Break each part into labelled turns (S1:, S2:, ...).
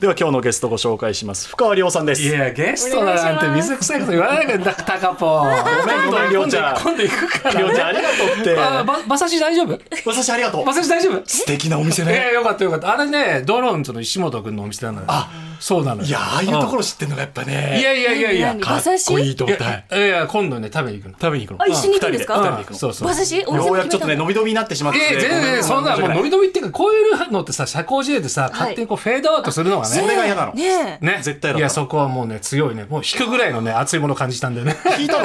S1: では今日のゲストご紹介します深川亮さんです
S2: いやゲストだなんて水臭いこと言わないでんだタカ ポ
S1: ごめんごめんりょうちゃん
S2: 今度行くからね
S1: 亮ちゃんありがとうって
S2: あば馬刺し大丈夫
S1: 私ありがとう
S2: 馬刺し大丈夫
S1: 素敵なお店
S2: いや
S1: ね
S2: よかったよかったあれねドローンズの石本君のお店なのよ
S1: あ
S2: そうなのよ
S1: いやああいうとこ
S2: ろ
S1: ろ知ってんのがやっぱ
S2: い
S1: ね
S2: やいやいやいや
S3: 何
S1: かっこいいと
S2: い
S1: 思った
S2: やいやいや今度ね食べに行くの
S1: 食べに行くの
S3: あ一緒に行くんですか
S1: 二人二
S2: うん
S1: 人で行く
S2: そうそう
S3: 馬刺しお店
S1: のようやくちょっと
S3: 決め
S1: ね
S3: たの
S1: 伸び伸びになってしまって
S2: え全然そんなもうノリノリっていうかこういうのってさ社交辞令でさ勝手にこうフェードアウトするのが
S1: そ
S2: ね
S1: れが嫌なの
S3: ねえ
S2: ね
S1: 絶対だから
S2: いやそこはもうね強いねもう引くぐらいのね熱いものを感じたんだよね
S1: 聞いたの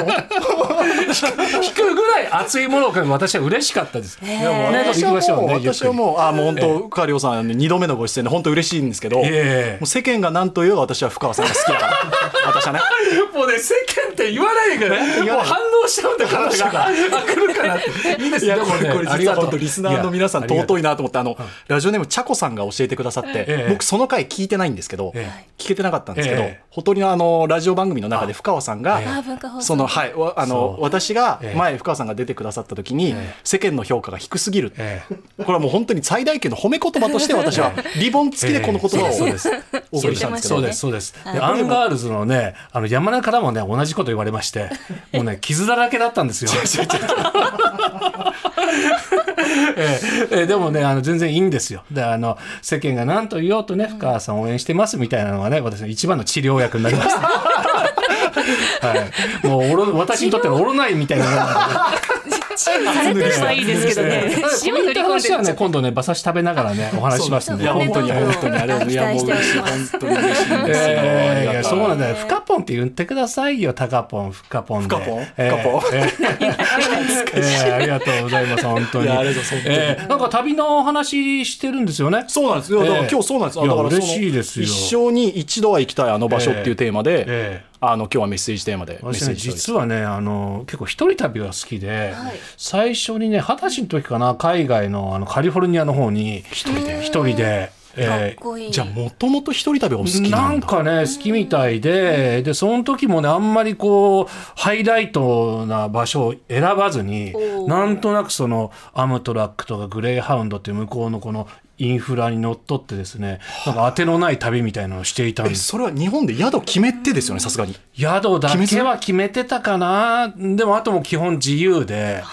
S2: 引くぐらい熱いものを感じ私は嬉しかったです
S3: え
S1: いやもう
S2: ね
S1: 私は
S2: 行きましょう
S1: もう、
S2: ねゆっくり
S1: 私はもう、あもう本当、深川亮さんね、二度目のご出演で、本当嬉しいんですけど、も
S2: ええ
S1: う世間が何と言おうが私は深川さんが好きだから、 私はね、
S2: もうね世間って言わないからね
S1: 言わない
S2: 応しちゃうんだから
S1: 反応しちゃうから
S2: あ来るかなっていいです
S1: いや、これ、これ、
S2: あり
S1: 実
S2: が
S1: は
S2: とう
S1: 本当、リスナーの皆さん、
S2: いや
S1: 尊いなと思って、あの、ラジオネーム、ちゃこさんが教えてくださって、
S2: ええ
S1: 僕、その回聞いてないんですけど、
S2: え
S1: 聞けてなかったんですけど、
S2: ええ
S1: ほとりのあの、ラジオ番組の中で、深川さんが、
S3: あ文化放送
S1: その、はい、わあの
S2: そ、う
S1: 私が
S2: ええ
S1: 前、深川さんが出てくださった時に、
S2: え
S1: 世間の評価が低すぎる。
S2: ええ
S1: これはもう本当に最大級の褒め言葉として私 はリボン付きでこの言葉
S2: ええそう
S1: を
S2: です
S1: お送りしたんですけ
S2: そ
S1: ど
S2: う
S1: ね
S2: です、そうです。でアンガールズのね、あの山中からもね、同じこと言われまして、もうね、傷だらけだったんですよ。ええええでもね、あの全然いいんですよ。で、あの世間が何と言おうとね、深川さんを応援してますみたいなのがね、私の一番の治療薬になりました。 はい、もうおろ私にとってはおろないみたいなものなんで
S3: チームされてればいいです けどね
S2: ただこう
S3: 塩塗
S2: い
S3: り
S2: った
S3: 込んで
S2: 話は
S3: る
S2: ね今度ね馬刺し食べながらねお話ししますんで
S1: いや
S3: そう
S1: 本当に
S3: どうぞ
S1: 本当にあれはいやもう嬉しい
S3: 期待して
S1: 本当に嬉しいんですよ。あ
S2: え
S1: り
S2: ー
S1: が
S2: い
S1: と
S2: やそうなんだよ。フカポンって言ってくださいよ、タカポン、フカポンで。
S1: フカポン
S2: えー
S1: フカポン
S2: えーえーありがとうございます、本当に。
S1: いやありがとうございます本当に
S2: えーなんか旅のお話してるんですよね。
S1: そうなんですよ。だから
S2: ええ
S1: 今日そうなんですよ。
S2: いや
S1: だからその
S2: 嬉しいですよ
S1: 一生に一度は行きたいあの場所っていうテーマで、
S2: えー
S1: あの今日はメッセージテーマでメッ
S2: 私
S1: セー
S2: ね、
S1: ジして
S2: 実はね、あの、結構一人旅が好きで、最初にね、二十歳の時かな、海外のあのカリフォルニアの方に、一人で、一人で、
S3: かっ
S2: えー
S3: こいい
S1: じゃあもともと一人旅がお好きなんだ。
S2: かね好きみたいで、でその時もねあんまりこうハイライトな場所を選ばずに
S3: おー
S2: なんとなくそのアムトラックとかグレーハウンドっていう向こうのこのインフラにのっとってですねなんか当てのない旅みたいなのをしていたんで
S1: え
S2: す
S1: それは日本で宿決めてですよねさすがに。
S2: 宿だ
S1: 決め
S2: け
S1: ず
S2: は決めてたかなでもあとも基本自由で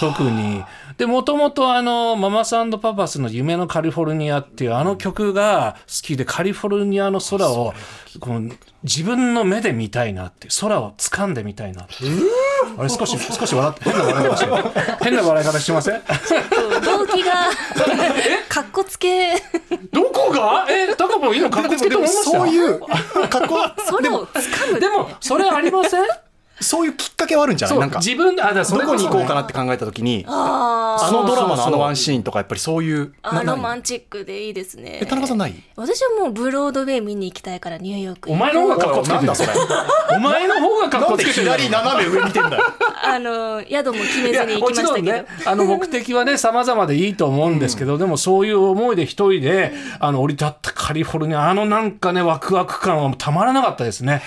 S2: 特に。でもともとあのママさんパパスの「夢のカリフォルニア」っていうあの曲が好きでカリフォルニアの空をこの自分の目で見たいなって空を掴んでみたいなってあれ少し少し笑って変な笑い方してる変な笑い方してません
S3: 動 機がかっこつけ
S2: どこがえタカポいいのかっこつけて思いました
S1: そういう格好
S3: 空を掴む
S2: でもそ れありません
S1: そういうきっかけはあるんじゃない？
S2: そう
S1: なんか
S2: 自分であだからそ
S1: ど
S2: れ
S1: こ
S2: こそ
S1: に
S2: ね
S1: 行こうかなって考えた時に
S3: あ
S1: あのドラマのあ
S2: そうそうそ
S1: の
S2: う
S1: ワンシーンとかやっぱりそういう
S3: ー
S1: な
S3: あロ
S1: な
S3: マ
S1: い
S3: ンチックでいいですね
S1: え田中さんない？
S3: 私はもうブロードウェイ見に行きたいからニューヨーク
S2: お前の方がかっこつけ
S1: な
S2: て
S1: ん
S2: る
S1: だそれ。
S2: お前の方がかっ
S1: なん
S2: こつ
S1: で
S2: けてるだろ
S1: 左斜め上見てんだよ。
S3: あの宿も決め
S2: いや
S3: ずに行
S2: も
S3: きま
S2: ち
S3: した
S2: ろ
S3: け
S2: ん
S3: ど、
S2: ね、あの目的はね、様々でいいと思うんですけど、でもそういう思いで一人で、あの、降り立ったカリフォルニア、あのなんかね、ワクワク感はたまらなかったですね。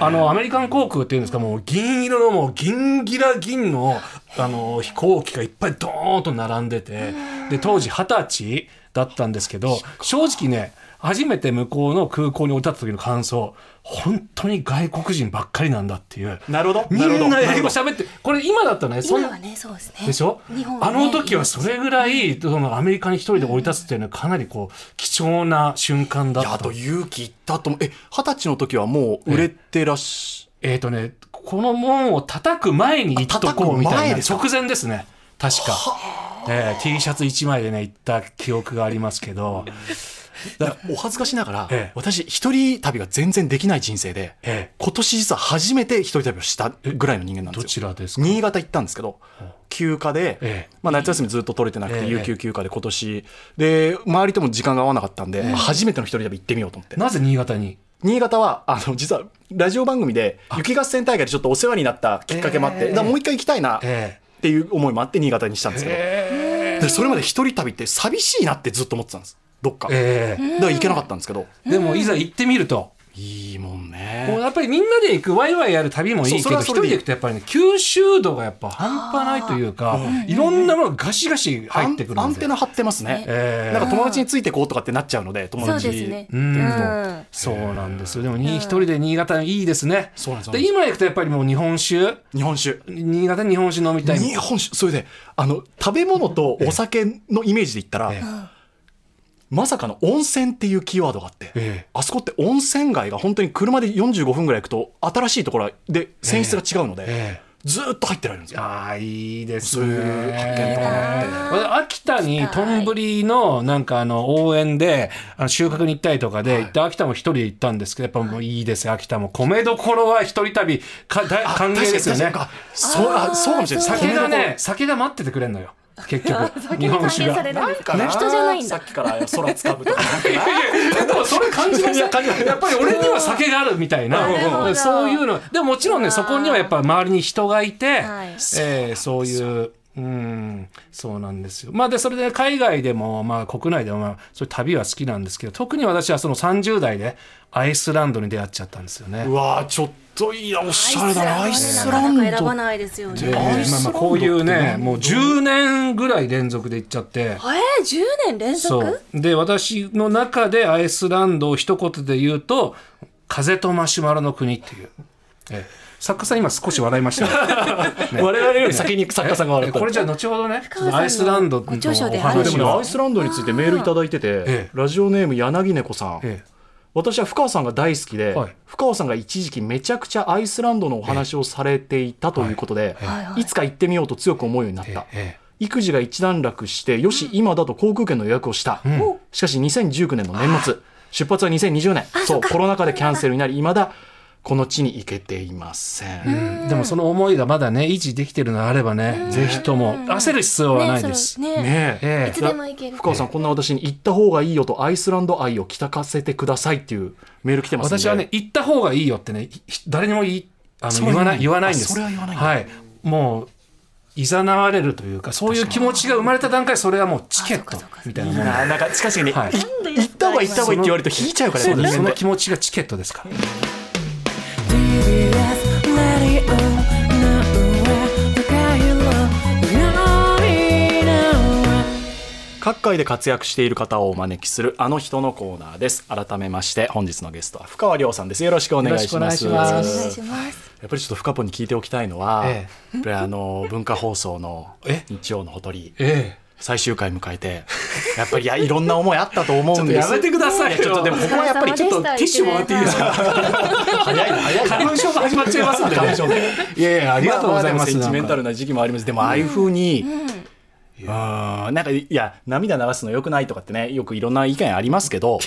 S2: あの、アメリカン航空っていうんですか、もう銀色の、もう銀ギラ銀の、あの、飛行機がいっぱいドーンと並んでて、で、当時二十歳だったんですけど、正直ね、初めて向こうの空港に降り立った時の感想、本当に外国人ばっかり なんだっていう。
S1: なるほど。
S2: みんな英語
S1: し
S2: 喋って、これ今だったらね、そん
S3: 今はねそうですね
S2: でしょ、
S3: 日本は
S2: あ
S3: ね
S2: の時はそれぐらいそのアメリカに一人で降り立つっていうのはかなりこう貴重な瞬間だ
S1: いや、
S2: っ
S1: あ
S2: た
S1: と勇気いったと思う。え、二十歳の時はもう売れてらっし
S2: えっ、とねこの門を叩く前に行っとこうみ
S1: あ叩く
S2: たい
S1: 前
S2: な
S1: ですか
S2: 直前ですね確か、えー T シャツ1枚でね行った記憶がありますけど、
S1: ゃる。お恥ずかしながら、
S2: ええ
S1: 私、一人旅が全然できない人生で、
S2: え
S1: 今年実は初めて一人旅をしたぐらいの人間なん
S2: ー
S1: です
S2: ど
S1: よ。
S2: ちらですか
S1: 新潟行ったんですけど、休暇で、
S2: ええ
S1: まあ、夏休みずっと取れてなくて、
S2: ええ
S1: 有給休暇で今年、で、周りとも時間が合わなかったんで、初めての一人旅行ってみようと思って。
S2: なぜ新潟に
S1: 新潟はあの実はラジオ番組で雪合戦大会でちょっとお世話になったきっかけもあって、
S2: ええ
S1: だからもう一回行きたいなっ
S2: え
S1: ていう思いもあって新潟にしたんですけど、
S2: え
S1: でそれまで一人旅って寂しいなってずっと思ってたんですどっか、
S2: ええ
S1: だから行けなかったんですけど、
S2: でもいざ行ってみると
S1: いいもん
S2: もう
S1: ね
S2: やっぱりみんなで行くワイワイやる旅もいい
S1: そ
S2: け
S1: うそ
S2: ど
S1: れは
S2: 一
S1: それ
S2: 人で
S1: でいい
S2: 行くとやっぱりね吸収度がやっぱ半端ないというかいろんなものがガシガシ入ってくる
S1: ア
S2: ん
S1: ン
S2: で
S1: テナ張ってますね、
S2: え
S1: なんか友達についてこうとかってなっちゃうので友
S3: そう
S1: 達
S3: ですね。
S2: うんそうなんですよでもに一人で新潟いいですね
S1: そうなんです
S2: で今行くとやっぱりもう日本酒
S1: 日本酒
S2: 新潟日本酒飲みたい
S1: 日本酒それであの食べ物とお酒のイメージで言ったら、
S2: ええ
S1: まさかの温泉っていうキーワードがあって、
S2: ええ
S1: あそこって温泉街が本当に車で45分ぐらい行くと新しいところで泉質が違うので、
S2: ええ
S1: ずーっと入ってられるんですよ。
S2: ああいいです
S1: そういう発見とかもあって
S2: 秋田にとんぶりのなんかあの応援であの収穫に行ったりとかで行って秋田も一人で行ったんですけどやっぱもういいですよ秋田も米どころは一人旅か大
S1: あ
S2: 歓迎ですよね
S1: 確かにそうかそうあそうかもしれない
S3: そう
S2: 酒
S1: 酒
S2: が
S1: の
S2: ね酒が待っててくれんのよ結 局日本酒が。
S3: るんです
S1: かな
S3: 人じゃないん
S1: さ
S3: だ
S1: っ。きから空つかぶとかなんかな
S2: でもそれ感じまし
S1: いや
S2: た
S1: 感じました
S2: やっぱり俺には酒があるみたいな
S1: なるほ
S3: ど
S2: そういうのでももちろんね
S3: わー
S2: そこにはやっぱ周りに人がいて、
S3: はい
S2: えーそういう。うんそうなんですよまあでそれで海外でも、まあ、国内でも、まあ、そういう旅は好きなんですけど特に私はその30代でアイスランドに出会っちゃったんですよね。
S1: うわーちょっといやおしゃれだなアイスラ
S3: は
S1: ンド
S3: ねなかなか選ばないですよね。
S2: で
S1: アイスランドって
S2: まあまあこういうねもう10年ぐらい連続で行っちゃって。
S3: えー、10年連
S2: そう
S3: 続
S2: で私の中でアイスランドを一言で言うと「風とマシュマロの国」っていう、ええ作家さん今少し笑いました ねね
S1: 我々より先に作家さんが笑
S2: え
S1: った
S2: これじゃあ後ほどね
S3: 川さんの
S2: アイスランドの
S3: ご著書で
S2: お
S3: ある
S1: で
S2: 話
S1: もね
S2: を
S1: アイスランドについてメールいただいてて、
S2: ええ
S1: ラジオネーム柳猫さん、
S2: ええ
S1: 私は深尾さんが大好きで、
S2: はい
S1: 深尾さんが一時期めちゃくちゃアイスランドのお話をされていたということで、
S3: えはいはい
S1: いつか行ってみようと強く思うようになった、
S2: え
S1: 育児が一段落してよし今だと航空券の予約をした、
S2: ん
S1: しかし2019年の年末出発は2020年そうコロナ禍でキャンセルになり未だこの地に行けていません、
S2: えでもその思いがまだね維持できてるのあればね、ぜひとも焦る必要はないです、
S3: ねそのね
S1: ねえ
S2: え
S3: いつでも行ける。
S1: 深尾さんこんな私に行った方がいいよとアイスランド愛をきたかせてくださいっていうメール来てますんで
S2: 私はね行った方がいいよってねひ誰にも言いあ
S1: そ
S2: の
S1: れは
S2: 言わな
S1: 言わない
S2: い言わな
S1: い
S2: んです
S1: あそれは言わないんだ
S2: はいもういざなわれるというかそういう気持ちが生まれた段階それはもうチケットみたいなもん
S1: ななんかしかしね、
S2: はい
S1: い行った方が行った方がいいって言われると引いちゃうからね
S2: そうです
S1: 人間
S2: その
S1: って
S2: 気持ちがチケットですから
S4: TBS ラディオの上高い色闇の上
S1: 各界で活躍している方をお招きするあの人のコーナーです改めまして本日のゲストは深川亮さんですよろしくお願いします
S2: よろしくお願いしま
S3: お
S2: す
S3: 願いします。
S1: やっぱりちょっと深ポに聞いておきたいのは、
S2: え
S1: やっぱりあの文化放送の
S2: え
S1: 日曜のほとり
S2: ええ
S1: 最終回迎えてやっぱりいやいろんな思いあったと思うんです
S2: やめてください
S1: いやちょっとでもここはやっぱりちょっと
S3: お疲れ様でした
S1: か早いな早いな
S2: 花粉症が始まっちゃいますんで
S1: 花粉症ね
S2: いやいやあ
S1: あ
S2: りがとうございます
S1: センチメンタルな時期もありますでもああいうふうに、うんなんかいや涙流すのよくないとかってねよくいろんな意見ありますけど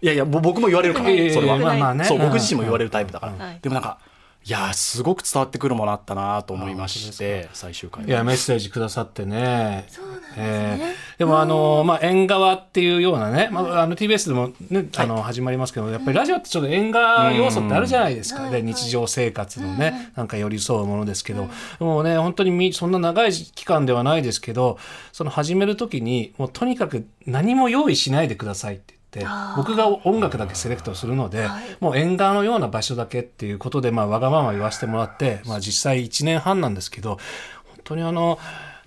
S1: いやいやぼ僕も言われるから
S2: いやいやいや
S1: それは、
S2: まあまあね
S1: そう
S2: うん
S1: 僕自身も言われるタイプだから、
S3: はい
S1: でもなんかいやすごく伝わってくるものあったなと思いまして最終回
S2: いやメッセージくださってね。そうなんですね。でもあのまあ縁側っていうようなね、まああの TBS でもねあの始まりますけど、やっぱりラジオってちょっと縁側要素ってあるじゃないですか。で日常生活のねなんか寄り添うものですけど、もうね本当にみそんな長い期間ではないですけど、その始める時にもうとにかく何も用意しないでくださいって。って僕が音楽だけセレクトするので、もう縁側のような場所だけっていうことで、まあ、わがまま言わせてもらって、まあ、実際1年半なんですけど本当にあの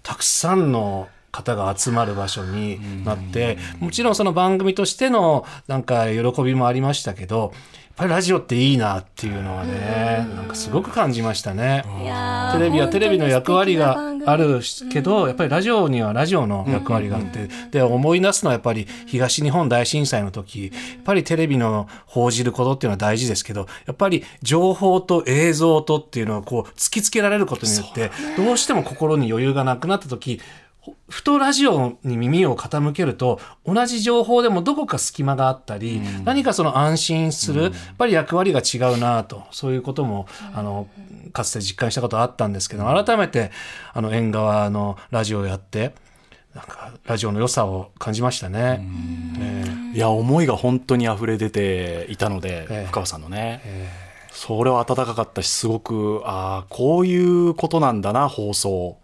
S2: たくさんの方が集まる場所になってもちろんその番組としてのなんか喜びもありましたけどやっぱりラジオっていいなっていうのはねなんかすごく感じましたね。
S3: いやー
S2: テレビはテレビの役割が
S3: 本当に素敵な番組
S2: あるけど、やっぱりラジオにはラジオの役割があって、で思い出すのはやっぱり東日本大震災の時やっぱりテレビの報じることっていうのは大事ですけどやっぱり情報と映像とっていうのをこう突きつけられることによってどうしても心に余裕がなくなった時ほふとラジオに耳を傾けると同じ情報でもどこか隙間があったり、何かその安心する、やっぱり役割が違うなとそういうことも、あのかつて実感したことあったんですけど改めてあの縁側のラジオをやってなんかラジオの良さを感じましたね。ええ
S1: いや思いが本当に溢れ出ていたので、
S2: ええ
S1: 深尾さんのね、それは温かかったしすごくああこういうことなんだな放送、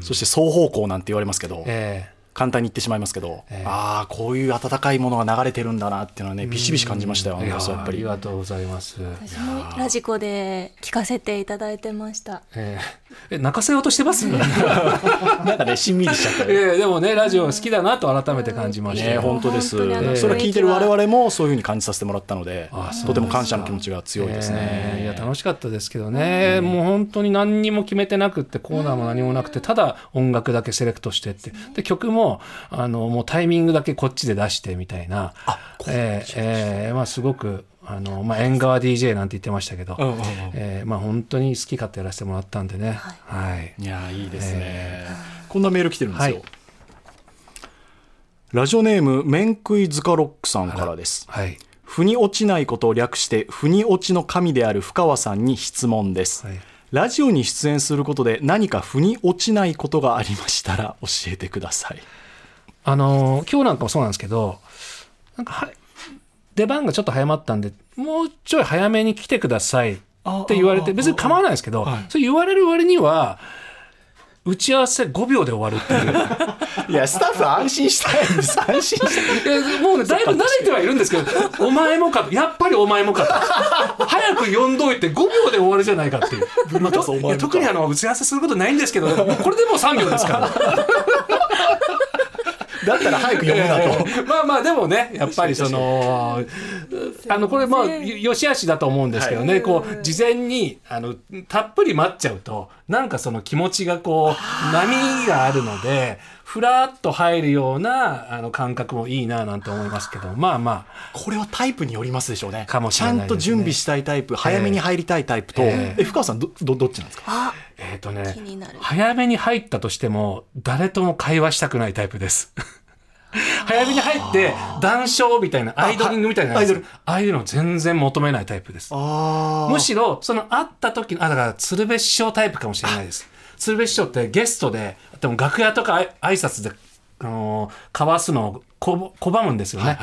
S1: そして双方向なんて言われますけど、
S2: ええ
S1: 簡単に言ってしまいますけど、
S2: ええ
S1: ああこういう温かいものが流れてるんだなっていうのはねビシビシ感じましたよ、
S2: いや
S1: 私はやっ
S2: あ
S1: ぱり
S2: りがとうございます。
S3: 私もラジコで聞かせていただいてました。
S2: えーえ泣かせようとして ます。
S1: なんかねしんみりしちゃった
S2: え
S1: よ
S2: ーでもねラジオ好きだなと改めて感じました
S1: ね、
S2: よ。
S1: 本当です。そ
S3: 本
S1: れ
S3: 当にあ
S2: 雰囲
S3: の
S2: 気は
S1: を聞いてる我々もそういうふうに感じさせてもらったので
S2: あそうですか
S1: とても感謝の気持ちが強いですね。
S2: えーいや楽しかったですけどね、もう本当に何にも決めてなくってコーナーも何もなくてただ音楽だけセレクトしてってで曲もあのもうタイミングだけこっちで出してみたいなえーえーまあ、すごくあの、まあ、縁側 DJ なんて言ってましたけど、
S1: うんうんうん
S2: えーまあ、本当に好き勝手やらせてもらったんでね。はい
S1: いやいいですね、こんなメール来てるんですよ、
S2: はい
S1: ラジオネームメンクイズカロックさんからです
S2: はい
S1: 腑に落ちないことを略して腑に落ちの神である深川さんに質問です、
S2: はい
S1: ラジオに出演することで何か腑に落ちないことがありましたら教えてください
S2: あのー今日なんかもそうなんですけど、なんかは、出番がちょっと早まったんで、もうちょい早めに来てくださいって言われて、別に構わないですけど、それ言われる割には、打ち合わせ5秒で終わるって いう。
S1: いやスタッフ安心したいんです安心したい
S2: いやもうね、だいぶ慣れてはいるんですけど、お前もかと、やっぱりお前もかと、早く呼んどいて5秒で終わるじゃないかっていう。 まあ
S1: カスお前もか
S2: といや特にあの、打ち合わせすることないんですけど、もうこれでもう3秒ですから。
S1: だったら早く読めなと、
S2: まあまあでもねやっぱりそのあのこれまあよし悪しだと思うんですけどね、こう事前にあのたっぷり待っちゃうとなんかその気持ちがこう波があるのでふらっと入るようなあの感覚もいいななんて思いますけどまあまあ
S1: これはタイプによりますでしょうね
S2: かもしれないですね
S1: ちゃんと準備したいタイプ早めに入りたいタイプと、え
S2: ええ
S1: 深川さんどどどっちなんですか
S3: あ、
S2: えっ、と
S3: 気
S2: ね
S3: になる。
S2: 早めに入ったとしても誰とも会話したくないタイプです。早めに入って談笑みたいなアイドリングみたいなのあるんですよああいうの全然求めないタイプです。
S1: あ
S2: むしろ、その会った時の、あ、だから鶴瓶師匠タイプかもしれないです。鶴瓶師匠ってゲストで、でも楽屋とかあい挨拶で、あのー交わすのをこ拒むんですよね。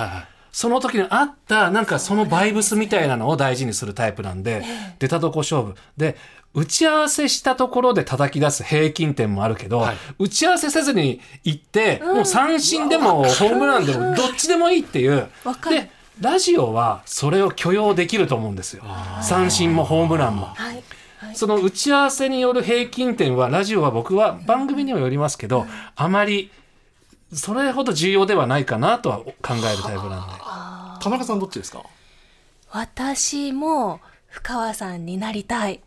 S2: その時にあった、なんかそのバイブスみたいなのを大事にするタイプなんで、出たとこ勝負。で、打ち合わせしたところで叩き出す平均点もあるけど、
S1: はい
S2: 打ち合わせせずに行って、もう三振でもホームランでもどっちでもいいっていう。
S3: わかる
S2: で、ラジオはそれを許容できると思うんですよ。三振もホームランも。
S3: はい。はい
S2: その打ち合わせによる平均点は、ラジオは僕は番組にもよりますけど、あまりそれほど重要ではないかなとは考えるタイプなんで。
S1: 田中さんどっちですか
S3: 私も深川さんになりたい。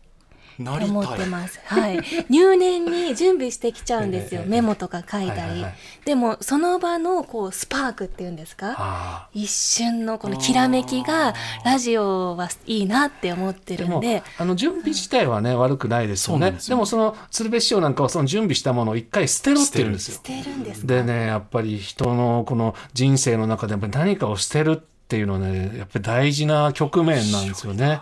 S1: な
S3: 思ってます。はい。入念に準備してきちゃうんですよ。メモとか書い
S2: はい
S3: た
S2: はい
S3: り
S2: はい。
S3: でも、その場のこう、スパークっていうんですか
S2: あ
S3: 一瞬のこのきらめきが、ラジオはいいなって思って
S2: ーで
S3: るん
S2: も
S3: で、
S2: あの準備自体はね、悪くないですよ
S1: そうな
S2: ね
S1: ん
S2: で
S1: ですよ
S2: もその鶴瓶師匠なんかはその準備したものを一回捨てろって言うんですよ
S3: 捨てるんですか
S2: でねやっぱり人のこの人生の中でやっぱり何かを捨てるっていうのはねやっぱり大事な局面なんですよね。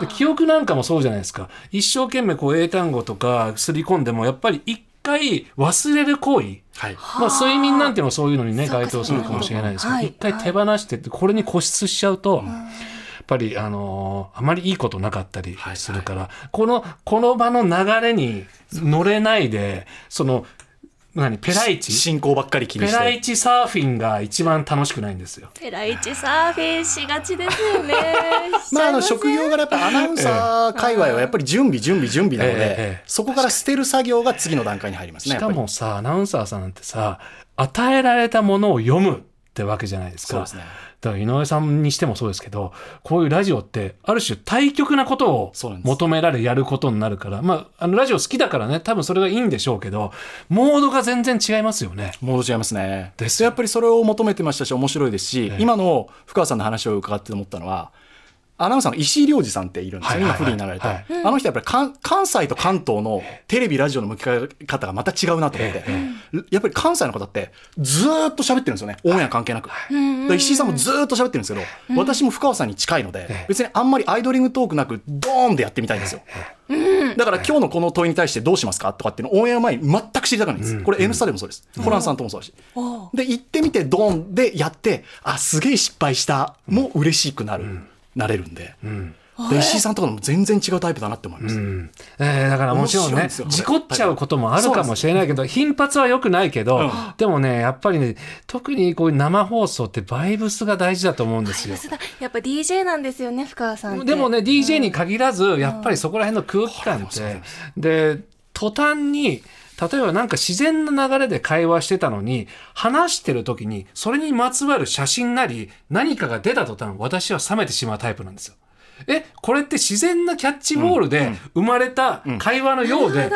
S2: で記憶なんかもそうじゃないですか一生懸命こう英単語とかすり込んでもやっぱり一回忘れる行為
S1: はい
S2: まあ、睡眠なんていうのはそういうのにね
S3: そうか
S2: 該当するかもしれないですけど、
S3: そうか
S2: 一回手放してってこれに固執しちゃうと、やっぱり、あのーあまりいいことなかったりするから、このこの場の流れに乗れないでその何ペライチ
S1: 進行ばっかり気
S2: ペ
S1: にし
S2: ラ
S1: て
S2: イチサーフィンが一番楽しくないんですよ。
S3: ペライチサーフィンしがちです よね。
S1: まあ、あの
S3: しちゃい
S1: 職業柄やっぱアナウンサー界隈はやっぱり準備準備準備なので、
S2: ええええ
S1: そこから捨てる作業が次の段階に入りますね
S2: し
S1: やっぱ
S2: か
S1: り
S2: もさアナウンサーさんなんてさ与えられたものを読むってわけじゃないですか。
S1: そうですね
S2: だから井上さんにしてもそうですけどこういうラジオってある種対極なことを
S1: そうなんです
S2: 求められやることになるからまああのラジオ好きだからね多分それがいいんでしょうけどモードが全然違いますよね。
S1: 戻っちゃいますね
S2: ですよ
S1: やっぱりそれを求めてましたし面白いですし、
S2: ええ
S1: 今の深川さんの話を伺って思ったのはアナウンサーの石井亮次さんっているんですよ、
S2: はいはいは
S1: 今
S2: い
S1: フリーになられた、
S2: はい
S1: あの人やっぱり関関西と関東のテレビラジオの向き方がまた違うなと思って、やっぱり関西の方ってずーっと喋ってるんですよねオンエア関係なく、だから石井さんもずーっと喋ってるんですけど、私も深川さんに近いので、
S2: ええ
S1: 別にあんまりアイドリングトークなくドーンでやってみたいんですよ、だから今日のこの問いに対してどうしますかとかっていうのをオンエア前に全く知りたくないんです、これ「N スタ」でもそうです、ホランさんともそうだし、
S3: おう
S1: で行ってみてドンでやってあすげえ失敗したもう嬉しくなる、なれるんで、で石井さんとかでも全然違うタイプだなって思います、
S2: うんえーだからもちろ
S1: 面白
S2: ん
S1: いん
S2: ね
S1: ですよこれ
S2: 事故っちゃうこともあるかもしれないけど頻発は良くないけど、
S1: うん
S2: でもねやっぱりね特にこういう生放送ってバイブスが大事だと思うんですよ。
S3: だやっぱ DJ なんですよね深川さんって
S2: でもね DJ に限らずやっぱりそこら辺の空気感ってで途端に例えばなんか自然な流れで会話してたのに話してる時にそれにまつわる写真なり何かが出た途端私は冷めてしまうタイプなんですよ。えこれって自然なキャッチボールで生まれた会話のようで、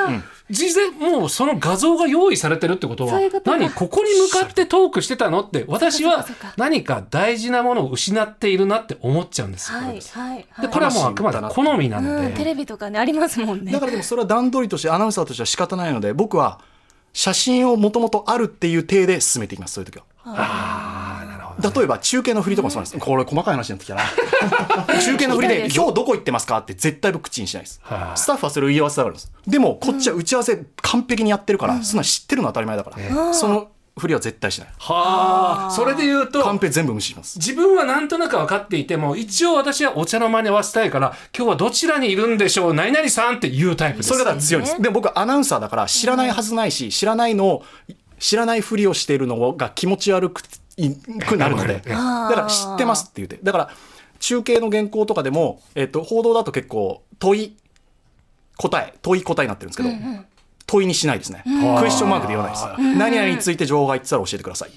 S2: 事前もうその画像が用意されてるってことは
S3: そういうことか
S2: 何ここに向かってトークしてたのって私は
S3: そっかそっか
S2: 何か大事なものを失っているなって思っちゃうんですよ。
S3: はいはいはい
S2: でこれはもうあくまで好みな
S3: う
S2: の
S3: ん、テ
S2: で、
S3: レビとかねありますもんね
S1: だからでもそれは段取りとしてアナウンサーとしては仕方ないので僕は写真をもともとあるっていう体で進めていきますそういう時は。例えば中継の振りとかもそうなんです、これ細かい話になってきたな 中継の振りで「今日どこ行ってますか?」って絶対僕口にしないです
S2: はい
S1: スタッフはそれを言い合わせたがるんですでもこっちは打ち合わせ完璧にやってるから、そんなの知ってるのは当たり前だから、その振りは絶対しない
S2: はあ、それで言う
S1: カン
S2: と、
S1: ペ全部無視します
S2: 自分はなんとなく分かっていても、一応私はお茶の間に合わせたいから、今日はどちらにいるんでしょう、何々さんっていうタイプです。
S1: それが強いんです。でも僕アナウンサーだから知らないはずないし、知らないのを知らないふりをしているのが気持ち悪くいくなるので、だ
S3: あー
S1: から知ってますって言って、だから中継の原稿とかでも、えっと報道だと結構問い答え問い答えになってるんですけど。問いにしないですね。クエスチョンマークで言わないです。何々について情報が言ってたら教えてください。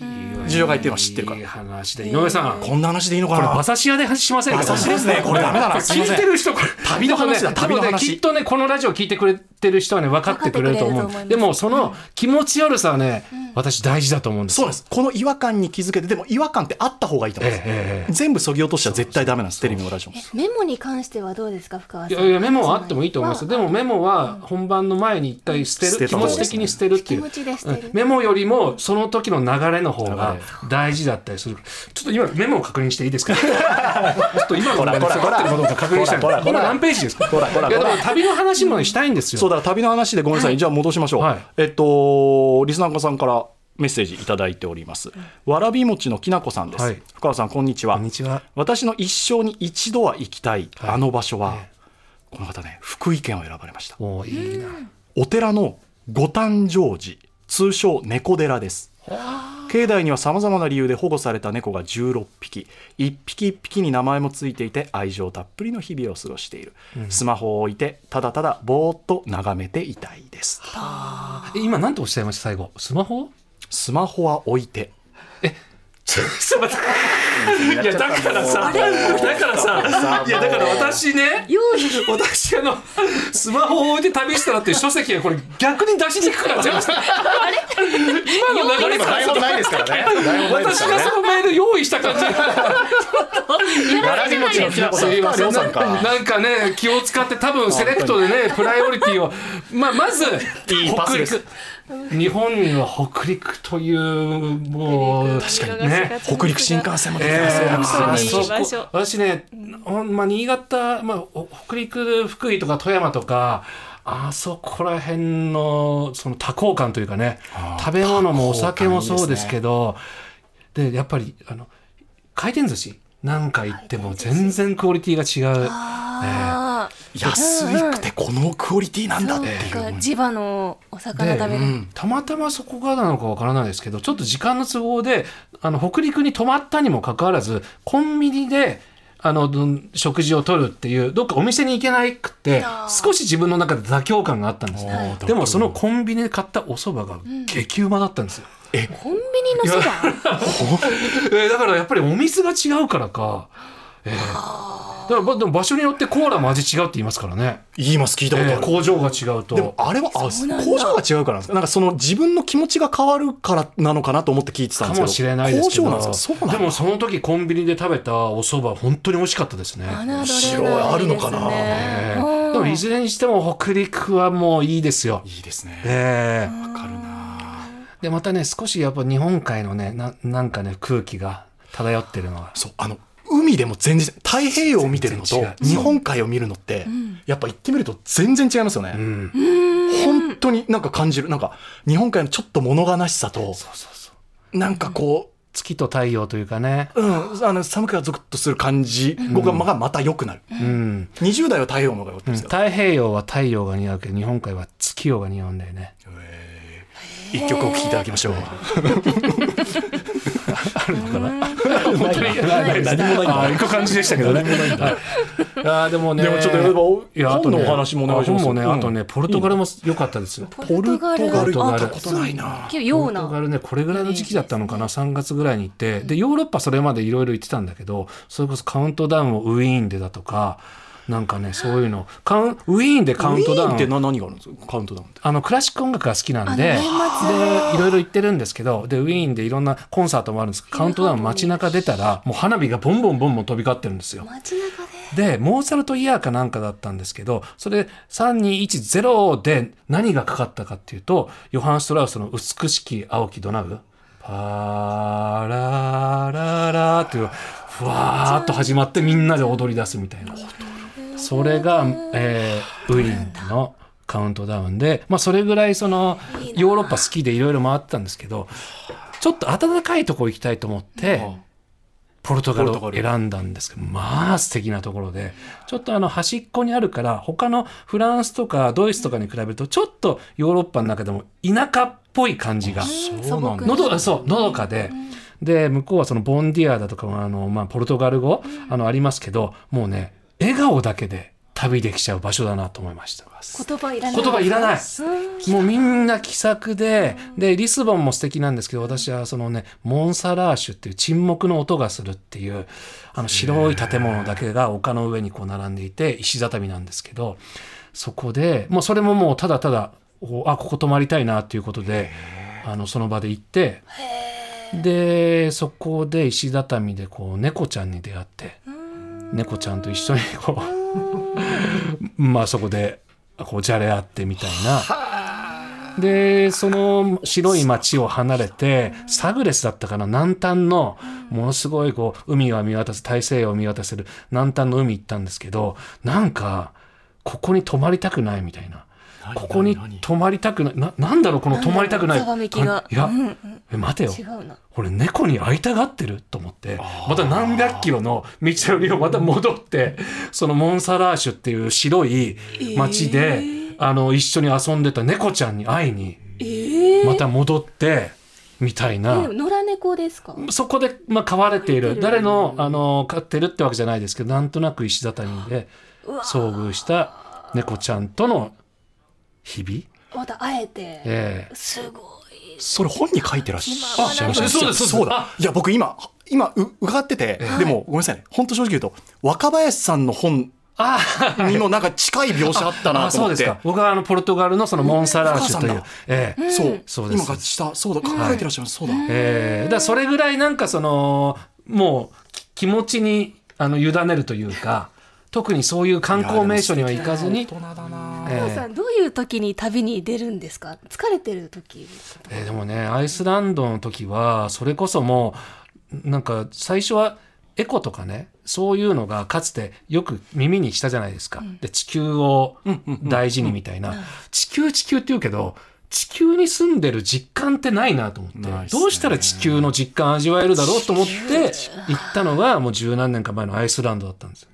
S1: 情報が言ってるのは知ってるか
S2: いい
S1: ら。
S2: 話で、井上さん、こ
S1: こんな話でいいのか
S2: れ、馬
S1: な。
S2: 刺し屋で話しませんか
S1: 馬刺しですねこれダメだな
S2: こ
S1: すいません
S2: 聞いてる人、これ。
S1: 旅の話だ
S2: でもね
S1: 旅の話
S2: でもねきっとね、このラジオ聞いてくれてる人はね、分かってくれると思
S3: 分かっ
S2: う。
S3: てくれると思います
S2: でも、その気持ち悪さはね、私大事だと思うんです
S1: そう
S2: よ。
S1: なんです。この違和感に気づけて、でも違和感ってあった方がいいと思うんです。
S2: ええええ
S1: 全部そぎ落としちゃ絶対ダメなんです。テレビもラジオも。
S3: メモに関してはどうですか深川
S2: い
S3: さん
S2: やいやメモはあってもいいと思います。
S3: ま
S2: でもメモは本番の前に一回捨てる、
S1: 捨て
S2: 気
S1: た方が
S2: 持
S1: いい
S2: ち的に捨てるっていう。
S3: 気持ちで捨てる
S2: うんメモよりもその時の流れの方が
S1: 流
S2: 大事だったりする。ちょっと今メモを確認してい いですか。ちょっと今の
S1: ほら
S2: 流れで
S1: ほら
S2: 合ってることか確認したいんで
S1: ほらほら
S2: 今何ページですか。
S1: ほらほら
S2: いやでも
S1: ほ
S2: 旅の話もねしたいんです
S1: そう
S2: よ。
S1: だから旅の話でごめんなさい、じゃあ戻しましょう、
S2: はい
S1: えっとリスナーさんからメッセージいただいております、わらび餅のきなこさんです、
S2: はい
S1: 深川さんこんにちは
S2: こんにちは
S1: 私の一生に一度は行きたい、
S2: はい
S1: あの場所は、
S2: え
S1: この方ね福井県を選ばれました
S2: もういいな。
S1: お寺の五誕生寺通称猫寺です境内にはさまざまな理由で保護された猫が16匹1匹1匹に名前もついていて愛情たっぷりの日々を過ごしている、スマホを置いてただただぼーっと眺めていたいです
S2: え今なんておっしゃいました最後。スマホ？
S1: スマホは置いて
S2: ちょっと待っていやだからさ、だからさ、いやだから私ね、私あのスマホを置いて旅したらっていう書籍がこれ逆に出しにくくなっちゃいました。今の流れからすると
S1: いですからね台
S2: 私がそのメール用意した感じ
S1: わらび餅のきなこさん
S2: すいません
S1: りょうさんか
S2: なんかね気を使って多分セレクトでねプライオリティをまあまず
S1: いいパス
S2: 北
S1: です
S2: 陸日本には北陸というもうね
S1: 北陸新幹線も出てますよ、
S2: えー
S3: 本当に
S2: そ
S3: いい場所
S2: こ私ね、ほんま新潟、まあ、お北陸福井とか富山とかあそこら辺のその多幸感というかね食べ物もお酒もそうですけどで,、やっぱりあの回転寿司なんか行っても全然クオリティが違う。
S3: あ
S1: 安くてこのクオリティなんだ
S3: あ、
S1: っていう
S3: そうか地場のお魚
S2: で
S3: 食べる、
S1: うん
S2: たまたまそこがなのかわからないですけどちょっと時間の都合であの北陸に泊まったにもかかわらずコンビニであのどん食事をとるっていうどっかお店に行けないくって
S3: あー
S2: 少し自分の中で妥協感があったんです
S1: はい
S2: ねでもそのコンビニで買ったお蕎麦が激うまだったんですよ、
S3: コンビニのそば
S2: えーだからやっぱりお水が違うからか、えーだからばでも場所によってコーラも味違うって言いますからね、
S1: 言います聞いたことあ
S2: え
S1: る、
S2: ー工場が違うと
S1: でもあれはあ
S3: そうなんだ
S1: 工場が違うからなんですかなんかその自分の気持ちが変わるからなのかなと思って聞いてたんです
S2: か
S1: けど
S2: もしれないですけど
S1: 工場なんですかそうなんだ
S2: でもその時コンビニで食べたお蕎麦本当に美味しかったですね。
S3: 面
S1: 白いあるのかな
S2: えーでもいずれにしても北陸はもういいですよ。
S1: いいですね
S2: えー
S1: わかるな
S2: でまたね少しやっぱ日本海のねななんかね空気が漂ってるのは
S1: そうあの海でも全然太平洋を見てるのと
S2: 全然違う
S1: 日本海を見るのって、やっぱ行ってみると全然違いますよね、本当になんか感じるなんか日本海のちょっと物悲しさと
S2: そうそうそう
S1: なんかこう
S2: 月と太陽というかね。
S1: うん、あの寒くはゾクッとする感じ僕はまがまた良くなる、
S2: うん。
S1: 20代は太陽の方が良かったですよ、
S2: 太平洋は太陽が似合うけど、日本海は月夜が似合うんだよね。
S1: 一曲お聴きいただきましょう、
S2: 本当に
S1: ない何もないんだ
S2: ああ、行く感じでしたけどね。ああ、でもね。
S1: でもちょっとやればお
S2: いやあとね
S1: 本のお話もお願いします
S2: あ本も
S1: う
S2: ね、
S1: ん
S2: あとね、ポルトガルも良かったですよ。
S3: ポルトガル
S1: ポルトガル行
S3: あ
S1: ったことないな
S3: 結構
S2: ポ
S3: よう
S2: ルトガ
S3: な
S2: ルねこれぐらいの時期だったのかな3月ぐらいに行ってでヨーロッパそれまでいろいろ行ってたんだけどそれこそカウントダウンをウィーンでだとかなんかねそういうのカウンウィーンでカウントダウ
S1: ウィーンって
S2: ン
S1: な何があるんですかカウントダウンって
S2: あのクラシック音楽が好きなんででいろいろ行ってるんですけどでウィーンでいろんなコンサートもあるんですけどカウントダウン街中出たらもう花火がボンボンボンボン飛び交ってるんですよ。
S3: 街中で
S2: で、モーツァルトイヤーかなんかだったんですけど、それ3210で何がかかったかっていうと、ヨハン・ストラウスの美しき青きドナウ。パーラーラーラーっていう、ふわーっと始まってみんなで踊り出すみたいな。それが、えーウィーンのカウントダウンで、まあそれぐらいその、ヨーロッパ好きでいろいろ回ってたんですけど、ちょっと暖かいとこ行きたいと思って、ポルトガル
S1: ポ
S2: を
S1: ルトガル
S2: 選んだんですけど、まあ素敵なところで、ちょっとあの端っこにあるから、他のフランスとかドイツとかに比べると、ちょっとヨーロッパの中でも田舎っぽい感じが。
S1: そうなんだ
S2: のどそうのどかで、で向こうはそのボンディアだとかあの、まあ、ポルトガル語、あのありますけどもうね笑顔だけで旅できちゃう場所だなと思いました
S3: 言葉いらない
S2: 言葉いらない
S3: うん
S2: もうみんな気さくででリスボンも素敵なんですけど私はそのねモンサラーシュっていう沈黙の音がするっていうあの白い建物だけが丘の上にこう並んでいて石畳なんですけどそこでもうそれももうただただこうあここ泊まりたいなっていうことであのその場で行ってでそこで石畳でこう猫ちゃんに出会って猫ちゃんと一緒にこうまあそこでこうじゃれ合ってみたいな。でその白い町を離れてサグレスだったかな南端のものすごいこう海が見渡す大西洋を見渡せる南端の海行ったんですけどなんかここに泊まりたくないみたいな
S1: 何
S2: ここに
S1: 何何
S2: 泊まりたくないななんだろうこの泊まりたくない
S3: ざわめきが
S2: いや、
S3: うんうん
S2: え待てよ
S3: 違うな
S2: 俺猫に会いたがってると思って
S1: あー
S2: また何百キロの道のりをまた戻ってそのモンサラーシュっていう白い町で、あの一緒に遊んでた猫ちゃんに会いにまた戻ってみたいな。
S3: え野良猫ですか
S2: そこで、まあ、飼われている誰のあの飼ってるってわけじゃないですけどなんとなく石畳で遭遇した猫ちゃんとの日々、
S3: また会えて
S2: ええ
S3: すごい
S1: それ本に書いてらっしゃいました
S2: あそうですそうです
S1: そうだ
S2: あ。
S1: いや、僕今、今、う伺ってて、でも、ごめんなさいね。本当正直言うと、若林さんの本
S2: ああ
S1: にもなんか近い描写あったな
S2: あ
S1: と
S2: そう
S1: 思
S2: で
S1: っ
S2: す
S1: て。
S2: か僕はあのポルトガルのそのモンサラーシュとい
S1: お
S2: う
S1: 母、
S2: ええ
S1: そう
S2: そうです
S1: 今がした、そうだ、書かれてらっしゃいます。そうだ。
S2: ええだからそれぐらいなんかそのもうき気持ちにあの委ねるというか特にそういう観光名所には行かずに
S1: 大人だな。
S2: え
S3: お父さんどういう時に旅に出るんですか疲れてる時
S2: えーでもねアイスランドの時はそれこそもうなんか最初はエコとかねそういうのがかつてよく耳にしたじゃないですか、で地球を大事にみたいな、地球地球って言うけど地球に住んでる実感ってないなと思って、
S1: ないっすね
S2: どうしたら地球の実感味わえるだろうと思って行ったのがもう十何年か前のアイスランドだったんですよ。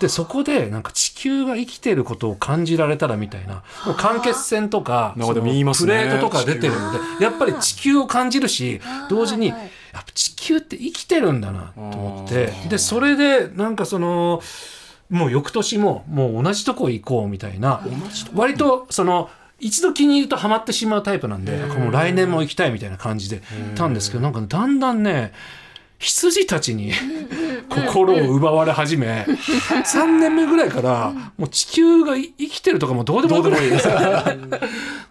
S2: でそこでなんか地球が生きてることを感じられたらみたいなもう間欠泉とか
S1: なんかでも
S2: その
S1: 言います
S2: プ
S1: ね
S2: レートとか出てるのでやっぱり地球を感じるし同時にや
S3: はいはい
S2: っぱ地球って生きてるんだなと思ってでそれでなんかそのもう翌年ももう同じとこ行こうみたいな割とその一度気に入るとハマってしまうタイプなんでなんかもう来年も行きたいみたいな感じでいたんですけどなんかだんだんね羊たちに心を奪われ始め3年目ぐらいからもう地球がい生きてるとかもどうでもよくない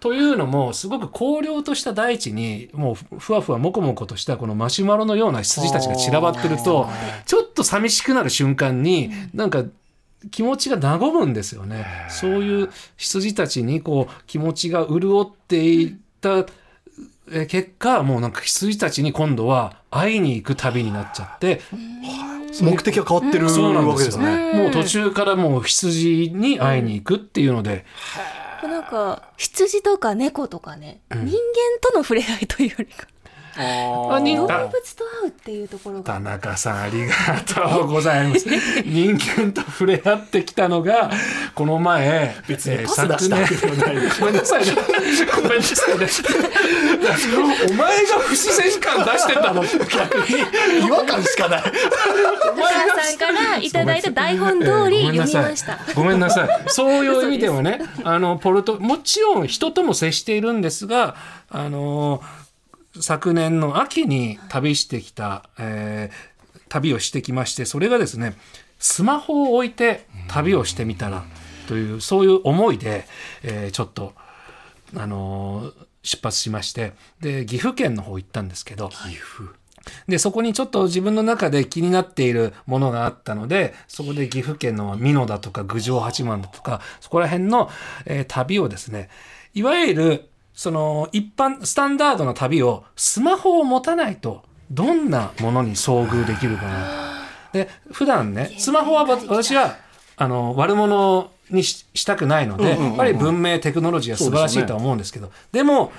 S2: というのもすごく荒涼とした大地にもうふふわふわもこもことしたこのマシュマロのような羊たちが散らばってるとちょっと寂しくなる瞬間になんか気持ちが和むんですよね。そういう羊たちにこう気持ちが潤っていったえ結果もうなんか羊たちに今度は会いに行く旅になっちゃって
S1: 目的が変わってる
S2: そうなん
S1: わ
S2: で
S1: け
S2: す
S1: です
S2: よ
S1: ね。
S2: もう途中からもう羊に会いに行くっていうので、
S3: なんか羊とか猫とかね、人間との触れ合いというよりか
S1: あ
S2: 人
S3: 動
S2: 間
S3: 物と会うっていうところが
S2: 田中さんありがとうござい ます人間と触れ合ってきたのがこの前
S1: 別にパス出したわけではない
S2: 昨年ごめんなさいねごめんなさいねお前が不自然感出してた の
S1: 違和感しかない
S3: 田中さんからいただいた台本通り読みました。
S2: ごめんなさい。そういう意味ではね、あのポルトもちろん人とも接しているんですが、あの昨年の秋に旅してきた、えー旅をしてきまして、それがですね、スマホを置いて旅をしてみたらというそういう思いで、えーちょっとあの出発しまして、で岐阜県の方行ったんですけど。で、そこにちょっと自分の中で気になっているものがあったので、そこで岐阜県の美濃だとか郡上八幡だとか、そこら辺の、えー旅をですね、いわゆる、その一般、スタンダードな旅をスマホを持たないと、どんなものに遭遇できるかな。で、普段ね、スマホはわ私は、あの、悪者にししたくないので、
S1: うんうんうんうん
S2: やっぱり文明、テクノロジーは素晴らしいとは思うんですけど、でも、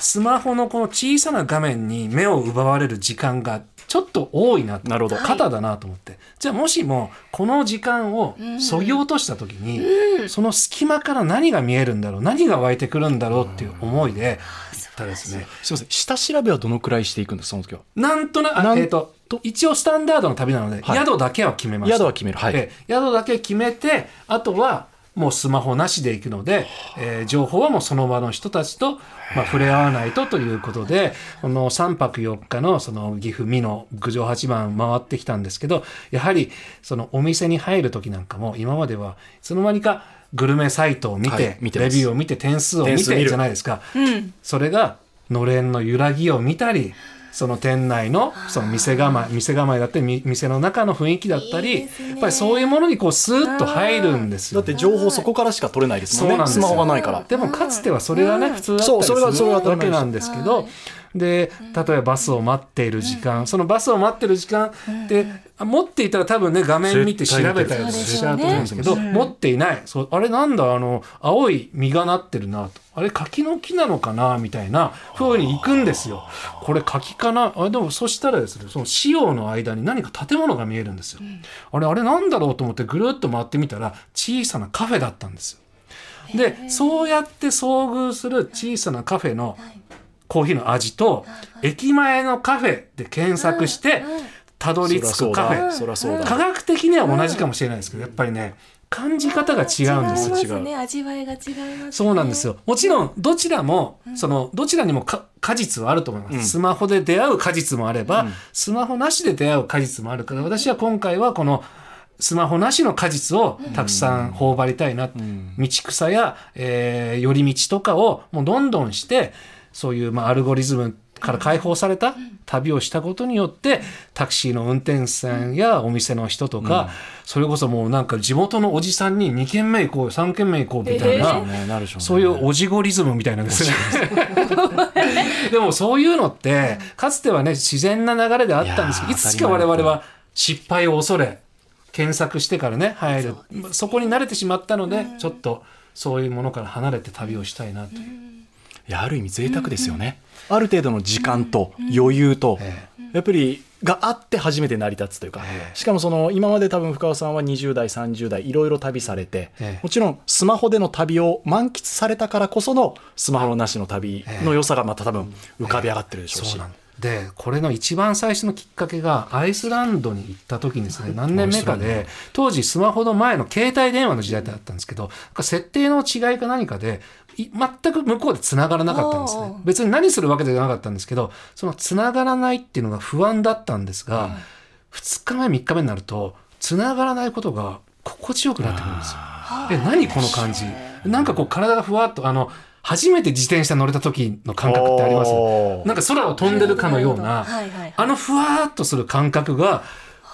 S2: スマホのこの小さな画面に目を奪われる時間がちょっと多いなと
S1: なるほど
S2: 肩だなと思って、じゃあもしもこの時間をそぎ落とした時に、その隙間から何が見えるんだろう何が湧いてくるんだろうっていう思いで行ったですね、
S1: すいません下調べはどのくらいしていくんですかその時は
S2: なんとなく
S1: な
S2: あ、
S1: ん
S2: えー、と一応スタンダードの旅なので、
S1: はい
S2: 宿だけは決めました
S1: 宿は決めるはい、
S2: えー宿だけ決めてあとはもうスマホなしで行くので、えー情報はもうその場の人たちと、まあ、触れ合わないとということでこの3泊4日のその岐阜美濃郡上八幡回ってきたんですけどやはりそのお店に入る時なんかも今まではいつの間にかグルメサイトを見て,、
S1: はい見てま
S2: レ
S1: す
S2: ビューを見て点数を見
S1: 点数見
S2: て
S1: る
S2: じゃないですか、それがのれんの揺らぎを見たりその店内のその店構え店構えだったりみ店の中の雰囲気だったり
S3: いいですね
S2: やっぱりそういうものにこうスーッと入るんです
S1: だ
S2: よ
S1: って情報そこからしか取れないですもん
S2: そうな
S1: ね
S2: んです
S1: ス
S2: よ
S1: マホがないから
S2: でもかつてはそれがね普通だった
S1: そうそれは
S2: りす
S1: それ
S2: る
S1: は当た
S2: わ
S1: り前
S2: け
S1: です
S2: なんですけどで例えばバスを待っている時間そのバスを待ってる時間って持っていたら多分ね画面見て調べたりしちゃうと思うんですけど
S1: 絶対
S2: 持っていないそうあれなんだあの青い実がなってるなとあれ柿の木なのかなみたいな風に行くんですよこれ柿かなあでもそしたらですねその潮の間に何か建物が見えるんですよあれあれなんだろうと思ってぐるっと回ってみたら小さなカフェだったんですよでそうやって遭遇する小さなカフェのコーヒーの味と駅前のカフェで検索してたどり着くカフェ
S1: そりゃそうだ
S2: 科学的には同じかもしれないですけどやっぱりね感じ方が違うんですよ
S3: 違いますね。味わいが違います、ね。
S2: そうなんですよ。もちろんどちらも、そのどちらにもか果実はあると思います、
S1: うん
S2: スマホで出会う果実もあれば、スマホなしで出会う果実もあるから私は今回はこのスマホなしの果実をたくさん頬張りたいな、
S1: ん
S2: 道草や、えー寄り道とかをもうどんどんしてそういう、まあ、アルゴリズムから解放された旅をしたことによってタクシーの運転手さんやお店の人とか、それこそもうなんか地元のおじさんに2軒目行こう3軒目行こうみたいな、
S1: ねなるでしょね
S2: そういうオジゴリズムみたいなんですね。 でもそういうのって、かつてはね、自然な流れであったんですけど、
S1: い
S2: い
S1: やー
S2: つしか我々は失敗を恐れ、検索してからね、入る。そこに慣れてしまったので、ちょっとそういうものから離れて旅をしたいなという。
S1: いやある意味贅沢ですよね、ある程度の時間と余裕と、
S2: え
S1: やっぱりがあって初めて成り立つというか、
S2: ええ
S1: しかもその今まで多分深尾さんは20代30代いろいろ旅されて、
S2: ええ
S1: もちろんスマホでの旅を満喫されたからこそのスマホなしの旅の良さがまた多分浮かび上がってるでしょう
S2: そ
S1: し、
S2: うなんでこれの一番最初のきっかけがアイスランドに行った時にですね何年目かで当時スマホの前の携帯電話の時代だったんですけど設定の違いか何かでい全く向こうで繋がらなかったんです
S3: おう
S2: ね
S3: おう
S2: 別に何するわけじゃなかったんですけどその繋がらないっていうのが不安だったんですが、2日目3日目になると繋がらないことが心地よくなってくるんですよ。え何この感じなんかこう体がふわっとあの初めて自転車乗れた時の感覚ってあります
S1: おー
S2: なんか空を飛んでるかのような、
S3: はいはいはい
S2: あのふわーっとする感覚が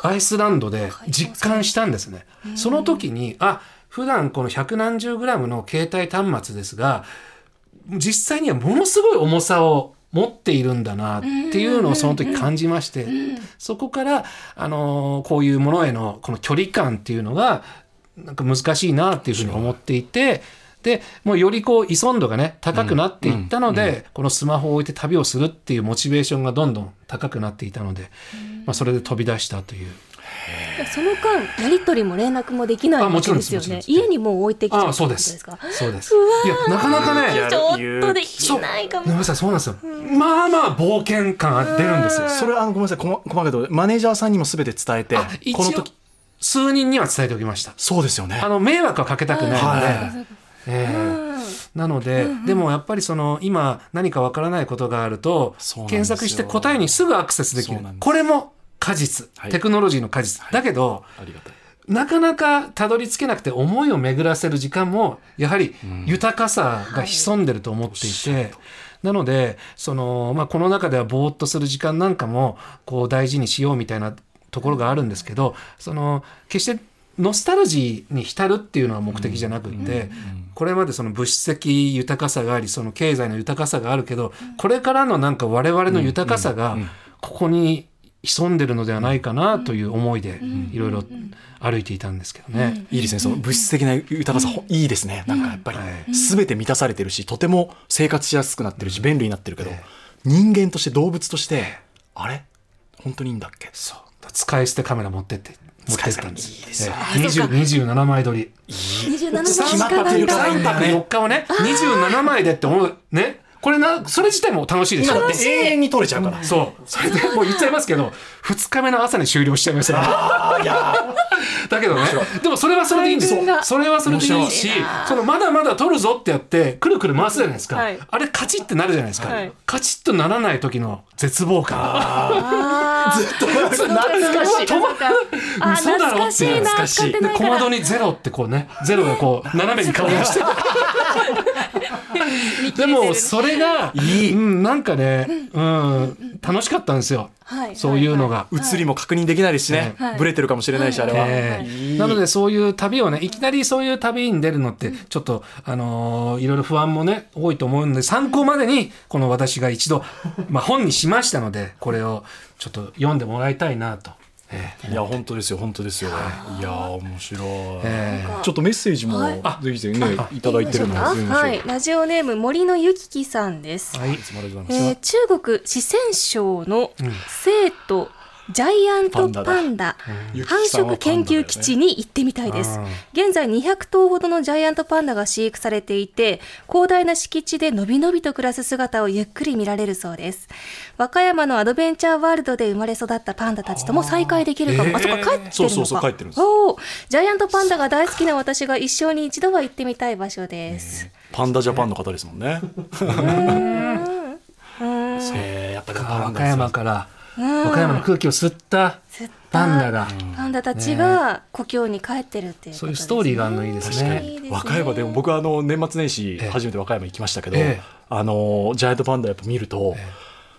S2: アイスランドで実感したんですね。その時に、あ、普段この百何十グラムの携帯端末ですが、実際にはものすごい重さを持っているんだなっていうのをその時感じまして、そこから、あのーこういうものへのこの距離感っていうのが、なんか難しいなっていうふうに思っていて、でもうよりこう依存度がね高くなっていったので、このスマホを置いて旅をするっていうモチベーションがどんどん高くなっていたので、まあ、それで飛び出したという
S3: その間やり取りも連絡もできない
S2: あも
S3: わ
S2: ち
S3: け
S2: ろん
S3: で
S2: です
S3: すよ
S2: も
S3: ね
S2: ちろんです
S3: 家にもう置いてきちゃ
S2: あ
S3: う
S2: あ
S3: ってこ
S2: そう
S3: と
S2: で
S3: です
S2: す
S3: か
S2: そうです
S3: うわー
S2: いやなかなかね
S1: や
S3: ちょっとでき
S2: そう
S3: ないか
S2: ごめん
S3: も
S2: なさいそうなんですよ、まあまあ冒険感出るんですよ
S1: それはあのごめんなさい細細かいところでマネージャーさんにも全て伝えて
S2: あ一
S1: この
S2: 応
S1: 時
S2: 数人には伝えておきました
S1: そうですよね
S2: あの迷惑はかけたくないので、
S1: はい
S2: ええなので、でもやっぱりその今何かわからないことがあると
S1: そうなんですよ
S2: 検索して答えにすぐアクセスできる
S1: そうなんです
S2: これも果実、
S1: はい
S2: テクノロジーの果実、だけど
S1: ありがたい
S2: なかなかたどり着けなくて思いを巡らせる時間もやはり豊かさが潜んでると思っていて、なのでその、まあ、この中ではぼーっとする時間なんかもこう大事にしようみたいなところがあるんですけどその決してノスタルジーに浸るっていうのは目的じゃなくって、これまでその物質的豊かさがありその経済の豊かさがあるけどこれからのなんか我々の豊かさがここに潜んでるのではないかなという思いでいろいろ歩いていたんですけどね。
S1: いいですねその物質的な豊かさ、ほいいですねなんかやっぱり、
S2: は
S1: 全て満たされてるしとても生活しやすくなってるし便利になってるけど、人間として動物としてあれ本当にいいんだっけ
S2: そう使い捨てカメラ持ってって持ってったんで
S1: 使い捨ていい
S2: す
S1: ですよ
S2: ええ20 27枚撮り
S3: 27番
S1: 決
S3: し
S1: ま
S3: か
S1: っ
S3: な
S1: て
S3: い
S1: る
S3: か
S1: から
S3: ら
S1: いいんだね
S2: 4日をね27枚でって思うねこれなそれ自体も楽しいでし
S1: 今
S2: ょ
S1: だって永遠に取れちゃうから、
S2: そうそれでもう言っちゃいますけど2日目の朝に終了しちゃいましたね
S1: いや
S2: だけどねでもそれはそれでいいんですよ
S3: 大変だ
S2: それはそれでいいしそのまだまだ取るぞってやってくるくる回すじゃないですか、
S3: はい
S2: あれカチッってなるじゃないですか、
S3: はい
S2: カチッとならない時の絶望感
S3: あ
S1: 懐かしい
S3: ーあ
S2: 嘘だろ
S3: 懐か
S2: っ
S3: しい
S2: て
S3: な
S1: 懐かしい
S3: 使って
S2: で
S3: ない
S2: 小
S3: から
S2: 窓にゼロってこうねゼロがこう斜めに顔をしてでもそれが
S1: いい
S2: うん、なんかね、うん、楽しかったんですよ、
S3: はい
S2: そういうのが。
S1: 映りも確認できないですしね、
S3: はい
S1: ブレてるかもしれないし、あれは、
S2: ええ
S1: いい
S2: なのでそういう旅をねいきなりそういう旅に出るのってちょっと、あのーいろいろ不安もね多いと思うんで参考までにこの私が一度、まあ、本にしましたのでこれをちょっと読んでもらいたいなと、ええ
S1: いや本当ですよ本当ですよ、い、やー面白い、
S2: ええ
S1: ちょっとメッセージも、
S3: はい
S1: ぜひぜひねいただいてるので
S3: あ
S1: 全然面白
S3: はいラジオネーム森のゆききさんです
S2: はい
S1: いつもありがとうございます、
S3: えー中国四川省の生徒ジャイアントパンダ
S1: ゆき
S3: 繁
S1: きさんは
S3: 殖
S1: パン
S3: 研
S1: ダだよね
S3: 究基地に行ってみたいです、現在200頭ほどのジャイアントパンダが飼育されていて広大な敷地でのびのびと暮らす姿をゆっくり見られるそうです和歌山のアドベンチャーワールドで生まれ育ったパンダたちとも再会できるかもあ,、
S1: あー
S3: そっか帰ってるのか
S1: そうそうそう帰ってるんです
S3: おージャイアントパンダが大好きな私が一生に一度は行ってみたい場所です、
S1: パンダジャパンの方ですもんね、
S3: うん
S1: ええやっぱり
S2: 和歌山から
S3: うん
S2: 和歌山の空気を吸った
S3: 吸った
S2: パンダが。
S3: パンダたちが故郷に帰ってるっていうことですね、
S2: そういうストーリーがあるのいいですね
S3: 確かに
S1: 和歌山でも僕はあの年末年始
S2: ええ
S1: 初めて和歌山行きましたけど、
S2: ええ
S1: あのジャイアントパンダやっぱ見ると、
S2: え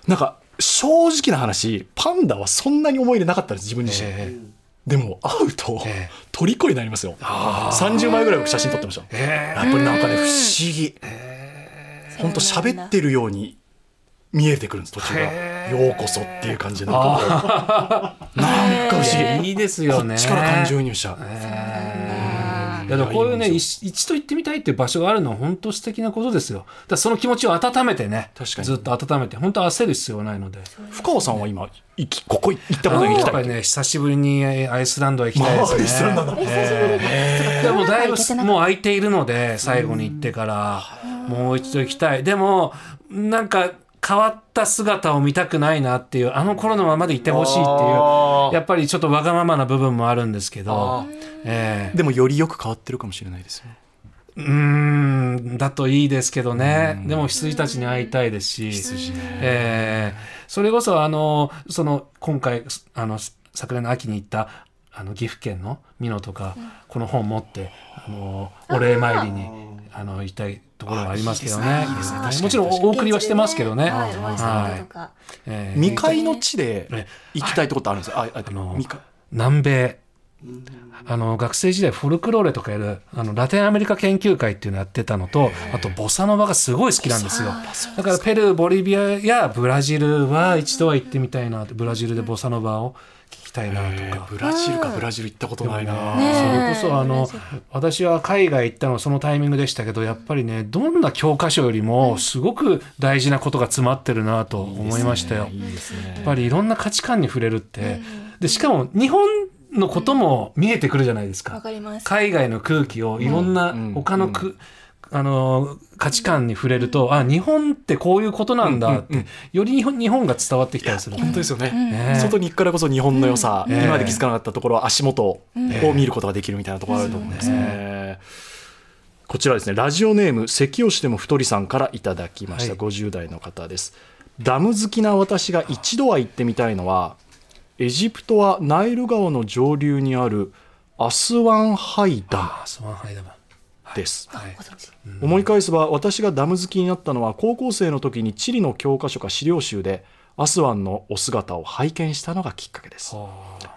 S1: なんか正直な話パンダはそんなに思い入れなかったんです自分自身、
S2: え
S1: でも会うと、
S2: ええ
S1: 虜になりますよ30枚ぐらい僕写真撮ってました
S2: ええ
S1: やっぱりなんかね不思議本当喋ってるように見えてくるんです途中が
S2: へー
S1: ようこそっていう感じでなんかこうなんか不思議
S2: えいいですよね。
S1: こっちから感情移入しちゃう
S2: いやでもこういうね
S1: いい
S2: 一一度行ってみたいっていう場所があるのは本当素敵なことですよ。だからその気持ちを温めてね。
S1: 確かに
S2: ずっと温めて本当焦る必要はないので。
S1: 深尾さんは今行きここ行ったこと
S2: や
S1: ない行き
S2: ったぱ
S1: い
S2: りね久しぶりにアイスランドは行きたいですね。
S1: まあアイスランドだ
S2: でもだいぶ
S3: 行けてなかった
S2: もう空いているので最後に行ってからもう一度行きたい。でもなんか変わった姿を見たくないなっていうあの頃のままでいてほしい
S1: あ
S2: っていう
S1: ー
S2: やっぱりちょっとわがままな部分もあるんですけ
S1: あ
S2: ど、ええ
S1: でもよりよく変わってるかもしれないですよ
S2: うーんだといいですけどねでも羊たちに会いたいですしええそれこそあのその今回あの昨年の秋に行ったあの岐阜県の美濃とか、この本持ってあのお礼参りにあの行きたいところがありますけどね
S1: あいいですねいいですね
S2: もちろんお送りはしてますけどね。
S3: はい、お会いしたりとか。
S2: ええ
S1: 未開の地で
S2: え
S1: 行きたいとことあるんですよああ
S2: あの
S1: 未開
S2: 南米あの学生時代フォルクローレとかやるあのラテンアメリカ研究会っていうのやってたのとあとボサノバがすごい好きなんですよだからペルーボリビアやブラジルは一度は行ってみたいなってブラジルでボサノバを聞きたいなとか。
S1: ブラジルかブラジル行ったことないな、
S3: ね
S2: それ
S3: え
S2: こそあの
S3: ブラ
S2: 私は海外行ったのはそのタイミングでしたけどやっぱりねどんな教科書よりもすごく大事なことが詰まってるなと思いましたよ。
S1: いいです
S2: や
S1: ね
S2: っぱりいろんな価値観に触れるってでしかも日本のことも見えてくるじゃないです
S3: わ
S2: か
S3: か。ります。
S2: 海外の空気をいろんな
S1: うん
S2: 他のく、あの価値観に触れると、あ日本ってこういうことなんだって、より日本日本が伝わってきたりする。
S1: 本当ですよね、
S2: ねえ
S1: 外に行くからこそ日本の良さ、
S2: うん
S1: 今まで気づかなかったところ足元を見ることができるみたいなところがあると思うんですね、こちらですねラジオネーム咳をしても太りさんからいただきました、
S2: はい
S1: 50代の方ですダム好きな私が一度は行ってみたいのはエジプトはナイル川の上流にあるアスワンハイダム
S2: あそうはいだな
S1: です、
S2: はい
S3: ご存知
S1: 思い返せば私がダム好きになったのは高校生の時に地理の教科書か資料集でアスワンのお姿を拝見したのがきっかけです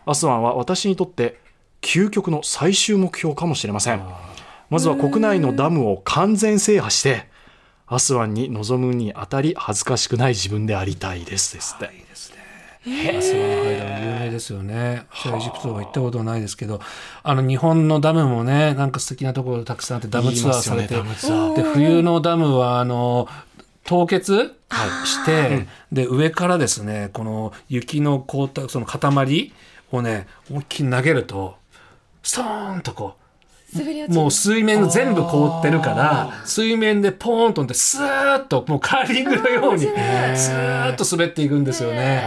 S1: アスワンは私にとって究極の最終目標かもしれませんまずは国内のダムを完全制覇してアスワンに臨むにあたり恥ずかしくない自分でありたいですですって、
S2: アスワンハイダム有名ですよね。私はエジプトは行ったことないですけど、あの日本のダムもね、なんか素敵なところたくさんあってダムツアーされて、
S1: 言いますよねダム
S2: で冬のダムはあの凍結して、で上からですね、この雪の凍ったその塊をね、思いっきり投げると、ストーンとこう。
S3: 滑り落ちる
S2: もう水面全部凍ってるから水面でポーンと飛んでスーッともうカーリングのようにスーッと滑っていくんですよね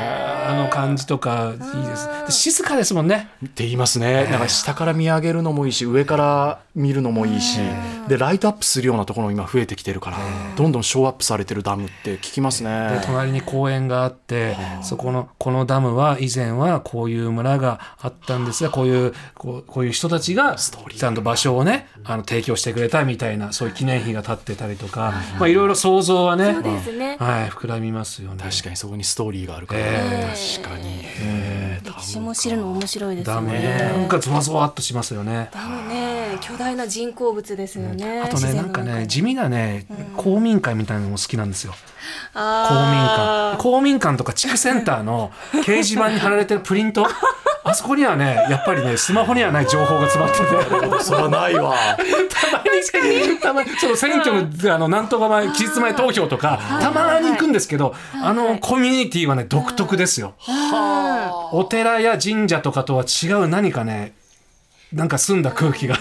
S2: あの感じとかいいですで静かですもんね
S1: って言いますね、なんか下から見上げるのもいいし上から見るのもいいし、でライトアップするようなところも今増えてきてるから、どんどんショーアップされてるダムって聞きますね、
S2: で隣に公園があってそこのこのダムは以前はこういう村があったんですがこういうこうこういう人たちが
S1: ストーリー
S2: ちゃんと場所をねあの提供してくれたみたいなそういう記念碑が立ってたりとかまあいろいろ想像はね
S3: そうですね。
S2: はい膨らみますよね。
S1: 確かにそこにストーリーがあるから、
S2: え
S1: 確かに、
S3: 歴史も知るの面白いです
S2: ダ
S3: よ
S2: ム
S3: ね。
S2: ねなんかゾワゾワっとしますよね。
S3: ダムね、巨大な人工物ですよね。
S2: あと
S3: 自
S2: ね
S3: 然
S2: な
S3: の
S2: んか
S3: 中
S2: ね
S3: に
S2: 地味なね公民館みたいなのも好きなんですよ公民
S3: あ
S2: 館
S3: ー
S2: 公民館とか地区センターの掲示板に貼られてるプリン トあそこにはねやっぱりねスマホにはない情報が詰まってて
S1: それはない わ
S2: たまにその選挙のあのなんとか前期日前投票とかたまに行くんですけどあのコミュニティはね独特ですよお寺や神社とかとは違う何かねなんか澄んだ空気が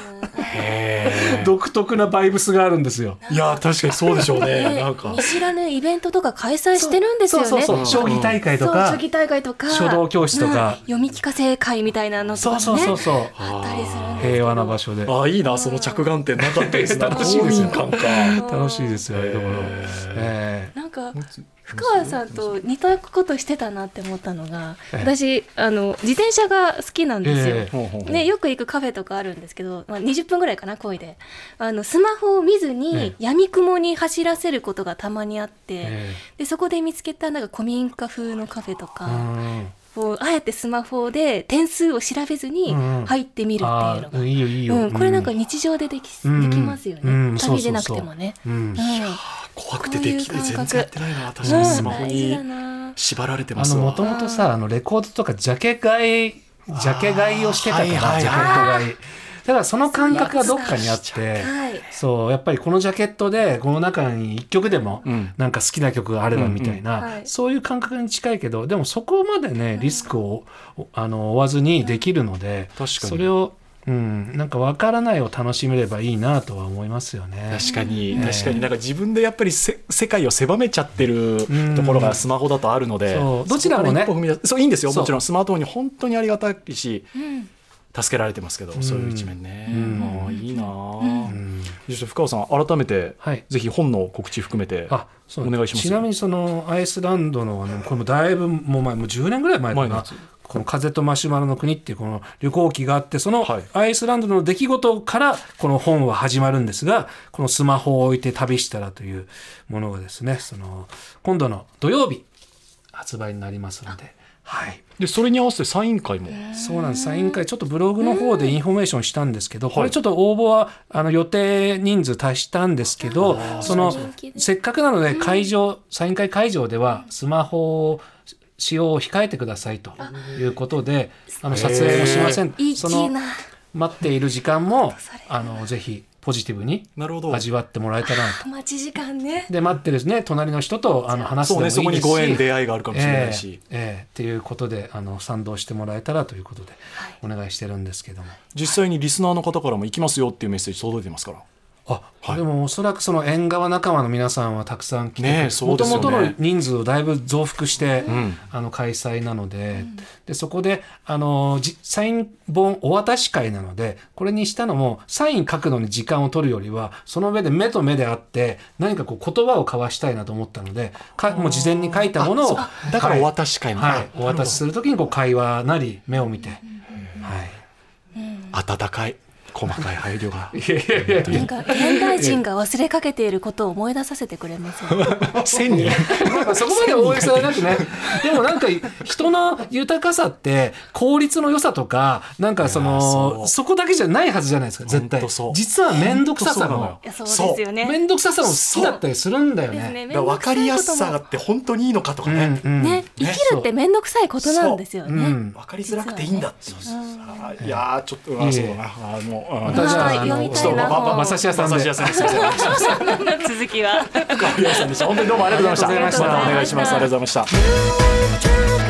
S2: 独特なバイブスがあるんですよ
S1: いや確かにそうでしょうね
S3: ね
S1: なんか
S3: 見知らぬイベントとか開催してるんですよね。
S2: そうそうそう将棋大会と
S3: そ
S2: か
S3: う将棋大会とか
S2: 書道教室とか
S3: うん読み聞かせ会みたいなのとか
S2: そう
S3: ね
S2: そうそうそう
S3: あったりするんですけど
S2: 平和な場所で
S1: あいいなその着眼点なかった ですね
S2: 楽しいですよ
S1: 公民館か
S2: 楽しいですよああいうところえ
S3: なんか深川さんと似たことしてたなって思ったのが
S2: ええ
S3: 私あの自転車が好きなんですよ、
S2: え
S1: ほうほうほう
S3: ね、よく行くカフェとかあるんですけど、まあ、20分ぐらいかな恋であのスマホを見ずに
S2: え
S3: 闇雲に走らせることがたまにあって、
S2: え
S3: でそこで見つけたなんか古民家風のカフェと
S2: えう
S3: か、
S2: ん
S3: こうあえてスマホで点数を調べずに
S2: うん
S3: 入ってみるっていうのが
S2: あ、あいいよいいよ、
S3: うん、これなんか日常ででき,、
S2: うん
S3: できますよね、
S2: うん
S3: 旅でなくてもね。
S2: うんうん
S1: 怖くてでき
S3: こういう
S1: 全
S3: 感覚
S1: 然やってないな
S3: うん
S1: 確かにスマホ
S3: 大事
S1: に
S3: だな
S1: 縛られてま
S2: あ
S1: す
S2: の
S1: わ
S2: もともとさあのレコードとかジャケ買いジャケ買いをしてたから、
S1: あーはいはい
S2: ジャケット買いだからその感覚がどっかにあって
S3: はい
S2: そうやっぱりこのジャケットでこの中に1曲でも
S1: うん
S2: なんか好きな曲があればみたいな、
S3: うんうんはい
S2: そういう感覚に近いけどでもそこまでねリスクを、おあの負わずにできるので、
S1: かに
S2: それを、うん、なんか分からないを楽しめればいいなとは思いますよね。
S1: 確かに、
S2: うん
S1: 確かになんか自分でやっぱりせ世界を狭めちゃってる
S2: ん
S1: ところがスマホだとあるので、
S2: そうどちらもね
S1: そこから一歩踏み出すそういいんですよ
S2: そう
S1: もちろんスマートフォンに本当にありがたいし
S3: うん
S1: 助けられてますけど、そういう一面ね、
S2: うん
S1: ああいいなあ、
S2: うん
S1: そして深尾さん改めて、
S2: はい
S1: ぜひ本の告知含めて
S2: あそう
S1: お願いします
S2: ちなみにそのアイスランドのあのこれもだいぶもう前もう10年ぐらい前か
S1: 前のや
S2: な
S1: つ
S2: この「風とマシュマロの国」っていうこの旅行記があってその
S1: はい
S2: アイスランドの出来事からこの本は始まるんですがこの「スマホを置いて旅したら」というものがですねその今度の土曜日発売になりますので。はい、
S1: でそれに合わせてサイン会も
S2: そうなんですサイン会ちょっとブログの方でインフォメーションしたんですけど、これちょっと応募はあの予定人数足したんですけど、その
S3: そう人気で
S2: せっかくなので会場、サイン会会場ではスマホを使用を控えてくださいということで、あの撮影もしません。
S3: いい
S2: そ
S3: 気
S2: の
S3: な。
S2: 待っている時間も
S3: それ
S2: あのぜひポジティブに
S1: なるほど
S2: 味わってもらえたらなと。
S3: 待ち時間ね。
S2: で待ってですね隣の人とあの話す
S1: そ
S2: の
S1: う
S2: もい
S1: ね
S2: いですし。
S1: そこにご縁出会いがあるかもしれないし、
S2: ええええっていうことであの賛同してもらえたらということでお願いしてるんですけども、
S1: 実際にリスナーの方からも行きますよっていうメッセージ届いてますから
S2: あ、
S1: はい
S2: でもおそらくその縁側仲間の皆さんはたくさん来て
S1: ねえそうですよね
S2: 元々の人数をだいぶ増幅して、
S1: ん
S2: あの開催なので,、でそこであのじサイン本お渡し会なのでこれにしたのもサイン書くのに時間を取るよりはその上で目と目であって何かこう言葉を交わしたいなと思ったのでかもう事前に書いたものを
S1: だからお
S2: はい
S1: 渡し会も、
S2: はい、お渡しするときにこう会話なり目を見て、はい、
S1: 温かい細かい配慮が
S3: なんか現代人が忘れかけていることを思い出させてくれますよね。
S1: 千人
S2: まあそこまで応援されなくね。でもなんか人の豊かさって効率の良さとか、なんかそ
S1: いや
S2: の
S1: そ
S2: そうこだけじゃないはずじゃないですか、絶
S1: ほん
S2: 対
S1: とそう。
S2: 実は面倒くささも
S3: いやそうですよね。
S2: 面倒くささも好きだったりするんだよ
S3: です
S2: ね。
S3: ね。
S1: だから分かりやすさ
S3: 面倒くさいこ
S1: って本当にいいのかとか
S2: う
S1: ね、
S2: んうん
S3: ともね、生
S1: ね
S3: きるって面倒くさいことなんですよ
S2: う
S3: ね。
S2: ん。
S1: 分かりづらくていいんだっていうあーいやーちょっと、
S2: いえ
S1: あーそうだなあーもう、うん
S2: またじゃ
S3: はい
S2: ああ
S3: 読
S2: の
S3: みたいな
S2: ちょっと
S3: 本
S2: 馬刺し屋さんで。
S1: 馬刺し屋さんですいません
S3: 続きは。
S1: 馬刺し屋さんでした本当にどうもありがとうございました
S2: あ
S1: また
S2: りがとうございました
S1: お願いしますありがとうございまし
S4: Talk
S1: た